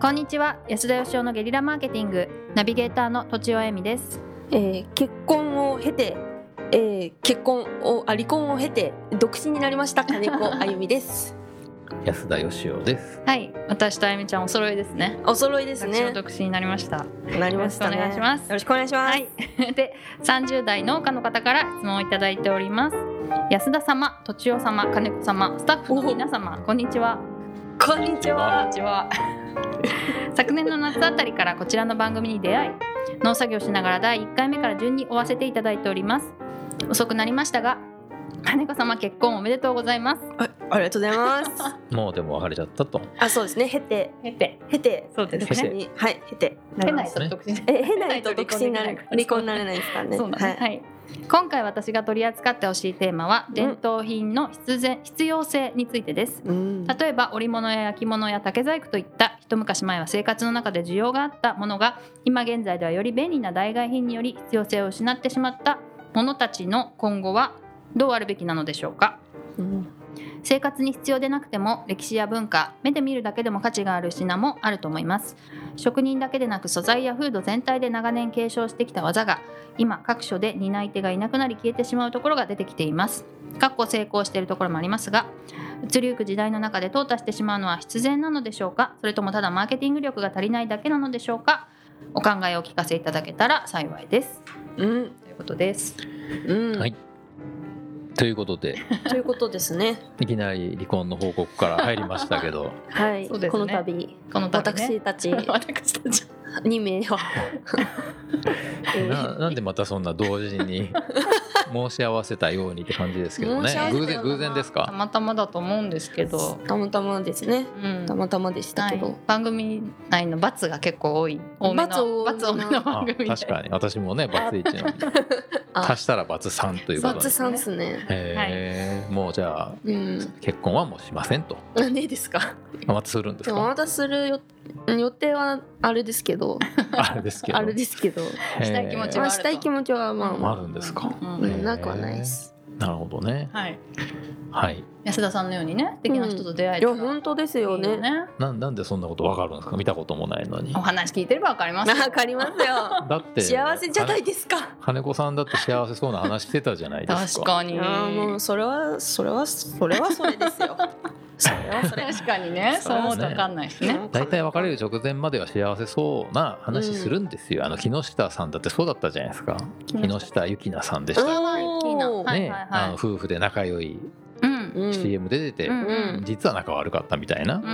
こんにちは安田義生のゲリラマーケティングナビゲーターの土地尾恵美ですえー結婚を経て、えー結婚をあ離婚を経て独身になりました金 子あゆみです安田義雄です。はい私とあゆみちゃんお揃いですねお揃いです私もね独身になりましたなりましたねよろしくお願いしますよろしくお願いします、はい で30代農家の方から質問をいただいております安田様、とちお様、金子様、スタッフの皆様、こんにちは。こんにちこはんにちは 昨年の夏あたりからこちらの番組に出会い農作業しながら第1回目から順に追わせていただいております遅くなりましたが金子様結婚おめでとうございますあありがとうござ いますもうでも別れちゃったと。あそうですね経てへて経てそうですね独身にはい経てなへりなまいすと独身え経ないと独身になる離婚になるれないですからねそうだね、はい今回私が取り扱ってほしいテーマは伝統品の必然必要性についてですうん例えば織物や焼き物や竹細工といった一昔前は生活の中で需要があったものが今現在ではより便利な代替品により必要性を失ってしまったものたちの今後はどうあるべきなのでしょうかうん生活に必要でなくても歴史や文化目で見るだけでも価値がある品もあると思います職人だけでなく素材や風土全体で長年継承してきた技が今各所で担い手がいなくなり消えてしまうところが出てきていますかっこ成功しているところもありますが移りゆく時代の中で淘汰してしまうのは必然なのでしょうかそれともただマーケティング力が足りないだけなのでしょうかお考えをお聞かせいただけたら幸いですうんということですうん、はいというこ とで、ということですねいきなり離婚の報告から入りましたけど、はいそうですねこの度この度ね私たち私たち2名 は、 えーななんでまたそんな同 時に申し合わせたようにって感じですけど申し合わね。せたよ偶うだな然偶然ですたか。またまだと思うんですけど、たまたまですねうんたまたまでしたけど、はい、番組内の罰が結構多い多めの罰多めな多めのあ番組で確かに私もねバツ一のあ足したらバツ三ということ雑で。さんっすね。へーもうじゃあ うん、結婚はもうしませんと。なんでですか。あまたするんですでもか。またするよ予定はあれですけど、 あれですけど。あれですけど、へーしたい気持ちまはあしたい気持ちはまあ、もあるんですかうんうへーん、なくはないです。なるほどね。はい、はい。安田さんのようにね素敵な人と出会えいたやら本当ですいいよね。なんなんでそんなことわかるんですか見たこともないのにお話聞いてればわかりますよわかります よ。だって幸せじゃないですか。金金子さんだって幸せそうな話してたじゃないです確かかいにやもうそれはそれはそれはそれで すよ。それはそれ。確かにねそう思うとわかんないですね大体別れる直前までは幸せそうな話するんですよ、あの木下さんだってそうだったじゃないですか木木下下ゆきなさんでしたね、おーおーはいはいはいあの夫婦で仲良いうんうん CM で出てて、うんうん実は仲悪かったみたいなうんう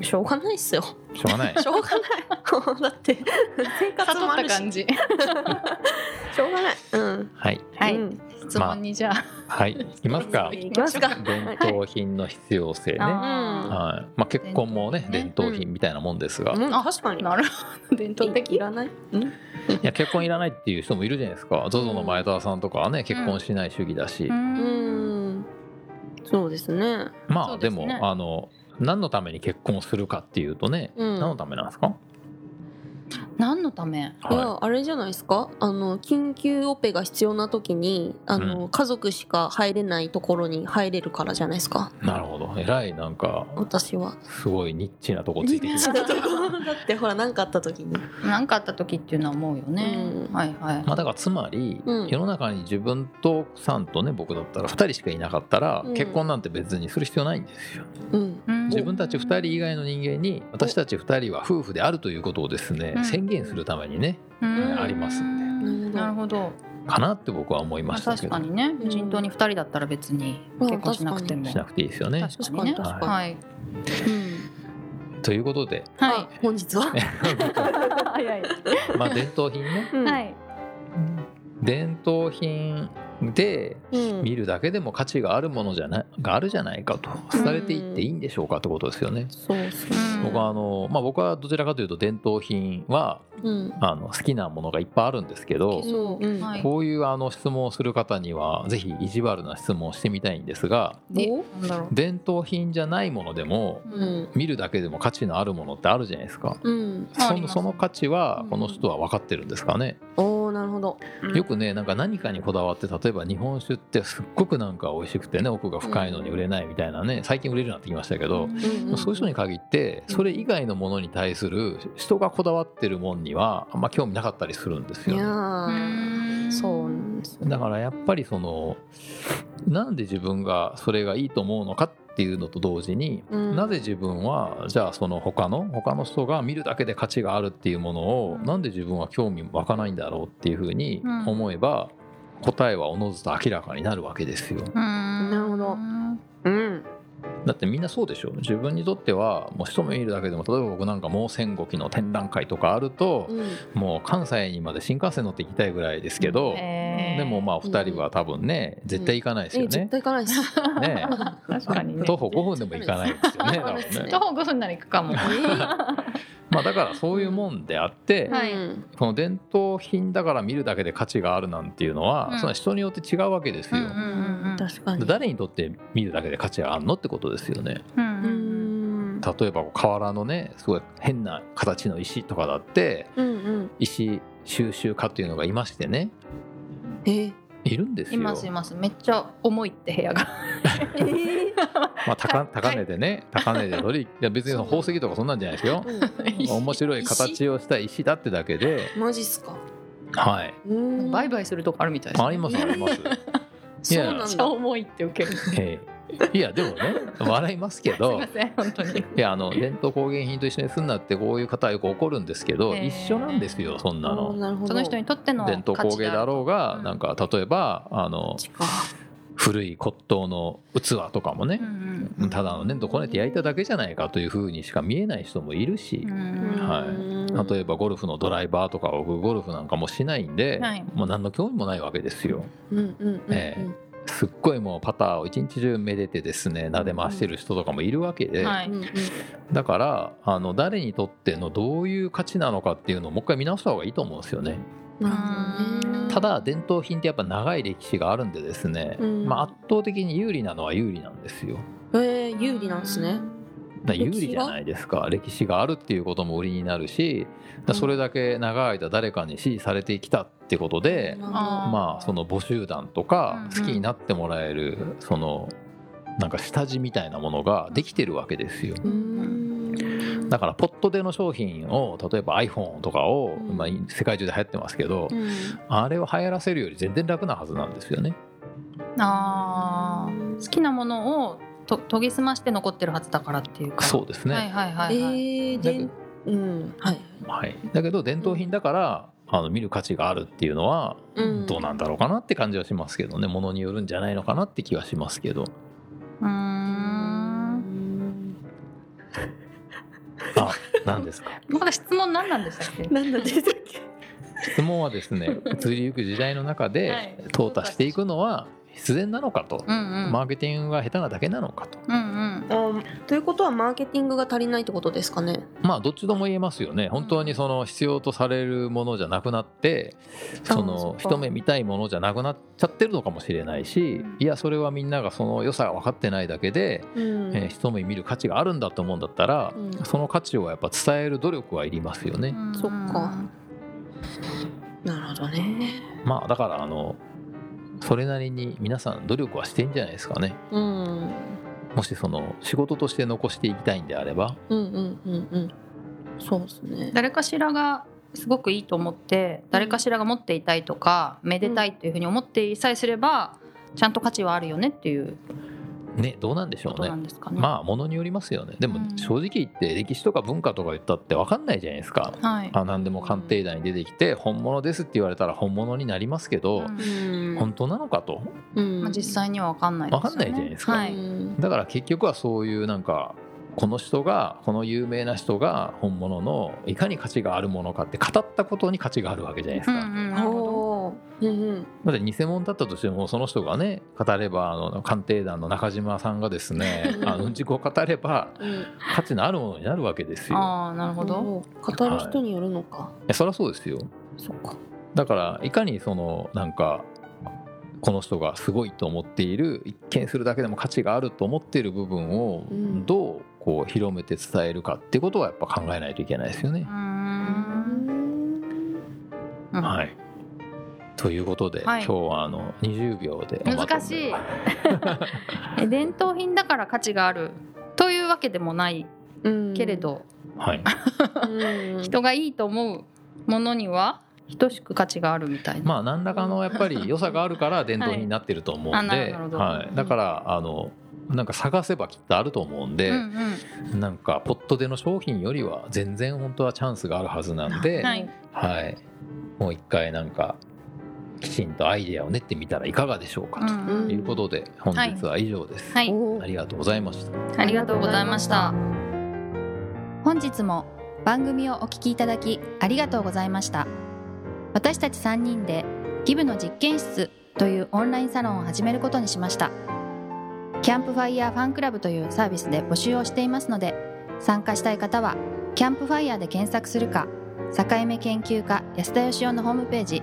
んしょうがないっすよ。しょう がないしょうがない。だって生活悟もっあたるし。感 じしょうがない。うん。はいはい、うん質問にじゃあ、はいいます かいきますか。伝統品の必要性ね、はいあまあ、結婚もね伝伝統統品ね品みたいなもんですが、うん、確かーに。なるほど伝統い的らない。いや結婚いらないっていう人もいるじゃないですか ZOZO の前澤さんとかはね結婚しない主義だし、うんん。そうですね。まそあうでですねもあの何のために結婚するかっていうとね、うん何のためなんですか、何のためいはやあれじゃないですか。あの緊急オペが必要な時に、あの、家族しか入れないところに入れるからじゃないですか。い、なるほどえらいなんか私は。すごいニッチなとこついてきてだって ほら何かあった時に。何かあった時っていうのは思うよね、うんはいはいまあだからつまり、うん世の中に自分と奥さんとね僕だったら2人しかいなかったら、うん結婚なんて別にする必要ないんですようん。うん自分たち2人以外の人間に私たち2人は夫婦であるということをですね、うん宣言するためにねうんありますんでうんなるほど、かなって僕は思いままあ、した確けどかにねうん無人島に2人だったら別にうん結婚しなくてもしなくていいですよね。確かにね確かに確かにはいうん。ということで、はいあ本日は。早いまあ、伝統品ねうんは。い伝統品でうん見るだけでも価値があるものじゃないがあるじゃないかとうん廃れていっていいんでしょうかってことですよね。そうそう。うん僕はあの、まあ、僕はどちらかというと伝統品はうん。あの好きなものがいっぱいあるんですけどう。うんはいこういうあの質問をする方にはぜひ意地悪な質問をしてみたいんですがえおなんだろ伝統品じゃないものでもう、うん。見るだけでも価値のあるものってあるじゃないですかうん。あそりまのすその価値はうんこの人は分かってるんですかね、おおどなるほどうんよくねなんか何かにこだわって例えば日本酒ってすっごくなんか美味しくてね奥が深いのに売れないみたいなね最近売れるようになってきましたけど、んそういう人に限ってうんそれ以外のものに対する人がこだわってるもんにはあんま興味なかったりするんですいよやね。ーそうなんですよねだからやっぱりそのなんで自分がそれがいいと思うのかっていうのと同時に、うんなぜ自分はじゃあその他の他の人が見るだけで価値があるっていうものを、うんなんで自分は興味湧かないんだろうっていうふうにうん思えば、答えはおのずと明らかになるわけですよ。なるほどうんだってみんなそうでしょ自分にとってはもう一目見るだけでも例えば僕なんかもう戦後期の展覧会とかあると、うんもう関西にまで新幹線乗って行きたいぐらいですけど、えーでもまあお二人は多分ね、絶対行かないですえよ絶ね。対行かない ですね 確かにね徒歩5分でも行かないですよね。多分ね徒歩5分なら行くかも。まあだからそういうもんであって、うんはいうんこの伝統品だから見るだけで価値があるなんていうのは、うんその人によって違うわけですよ。うんうんうん確かに誰にとって見るだけで価値があるのってことですよね。ううんうんん例えば瓦のねすごい変な形の石とかだってうんうん石収集家っていうのがいましてねえいるんですいよ。ますいますめっちゃ重いって部屋がまあ、高高はい値でね高値で取りいや別にその宝石とかそんなんじゃないですよ。うん面白い形をした石だってだけで、マジっすかはい、うんバイバイするとこあるみたいですありますあります。そういやなめっんちゃだ重いって受けるすええいやでもね笑いますけいどま。せん本当にいやあの伝統工芸品と一緒にすんなってこういう方はよく怒るんですけど、ええ一緒なんですよそんなあーの。なるほどその人にとっての伝統工芸だろうが、うんなんか例えばあの近古い骨董の器とかもね、ただの粘土こねて焼いただけじゃないかというふうにしか見えない人もいるし、はいい例えばゴルフのドライバーとかは僕ゴルフなんかもしないんで、はいもう何の興味もないわけですよ。うんうんうんえすっごいもうパターを一日中めでてですね撫で回してる人とかもいるわけで、はういんうんだからあの誰にとってのどういう価値なのかっていうのをもう一回見直した方がいいと思うんですよね。なるほどねただ伝統品ってやっぱ長い歴史があるんでですね、うんまあ、圧倒的に有利なのは有利なんですよ。えー有利なんですねだから有歴史が利じゃないですか歴史があるっていうことも売りになるしだからそれだけ長い間誰かに支持されてきたってことで、あまあその募集団とかうん好きになってもらえるそのなんか下地みたいなものができてるわけですよ。うんだからポットでの商品を例えば iPhone とかを、うんまあ、世界中で流行ってますけど、うんあれを流行らせるより全然楽なはずなんですよね。あー好きなものをと研ぎ澄まして残ってるはずだからっていうかそうですはいね、はいはいはいえーでうんはいはいだけど伝統品だからあの見る価値があるっていうのはうんどうなんだろうかなって感じはしますけどねものによるんじゃないのかなって気はしますけどうーうんんあ何で すかまだ質問何なんでしたっけなんだでしたっけ質問はですね移りゆく時代の中で、はい淘汰していくのは必然なのかと、うんうんマーケティングが下手なだけなのかとうんあーということはマーケティングが足りないってことですかねまあどっちとも言えますよね本当にその必要とされるものじゃなくなってそあーそっのか一目見たいものじゃなくなっちゃってるのかもしれないうしんいやそれはみんながその良さが分かってないだけで、うんえー一目見る価値があるんだと思うんだったら、うんその価値をやっぱ伝える努力はいりますよね。うんそっかなるほどねまあだからあのそれなりに皆さん努力はしてんじゃないですかねうんもしその仕事として残していきたいんであればうんうんうんうんそうですね誰かしらがすごくいいと思って誰かしらが持っていたいとかめでたいというふうに思っていさえすればちゃんと価値はあるよねっていうねどうなんでしこょうとなねんですかね。まあものによりますよねでもうん正直言って歴史とか文化とか言ったって分かんないじゃないですかはい。あ何でも鑑定団に出てきて本物ですって言われたら本物になりますけどうんうん本当なのかとうんまあ実際には分かんないわかんないじゃないですかはうい。んだから結局はそういうなんかこの人がこの有名な人が本物のいかに価値があるものかって語ったことに価値があるわけじゃないですうかんう。んなるほどおーうんうんだって偽物だったとしてもその人がね語ればあの鑑定団の中島さんがで すねあのうんちくを語ればうん価値のあるものになるわけですよ。ああなるほど。おー語る人によるのかいやそりゃそうですよそっかだからいかにそのなんかこの人がすごいと思っている一見するだけでも価値があると思っている部分をうんどうこう広めて伝えるかってことはやっぱ考えないといけないですよねうー。ん。はい、ということで、はい今日はあの20秒でまとめ難し いえ伝統品だから価値があるというわけでもないうんけれ、ど、はい、うん人がいいと思うものには等しく価値があるみたいな、まあ何らかのやっぱり良さがあるから伝統になってると思うんはいあで、なるほどはい、だからあのなんか探せばきっとあると思うんで、うんうんなんかポットでの商品よりは全然本当はチャンスがあるはずなん で、はいはい、もう一回なんかきちんとアイデアを練ってみたらいかがでしょうかうんうとんいうことで本日は以上です、はいおーありがとうございましたありがとうございました。本日も番組をお聞きいただきありがとうございました。私たち3人でギブの実験室というオンラインサロンを始めることにしました。キャンプファイヤーファンクラブというサービスで募集をしていますので、参加したい方はキャンプファイヤーで検索するか、境目研究家安田義雄のホームページ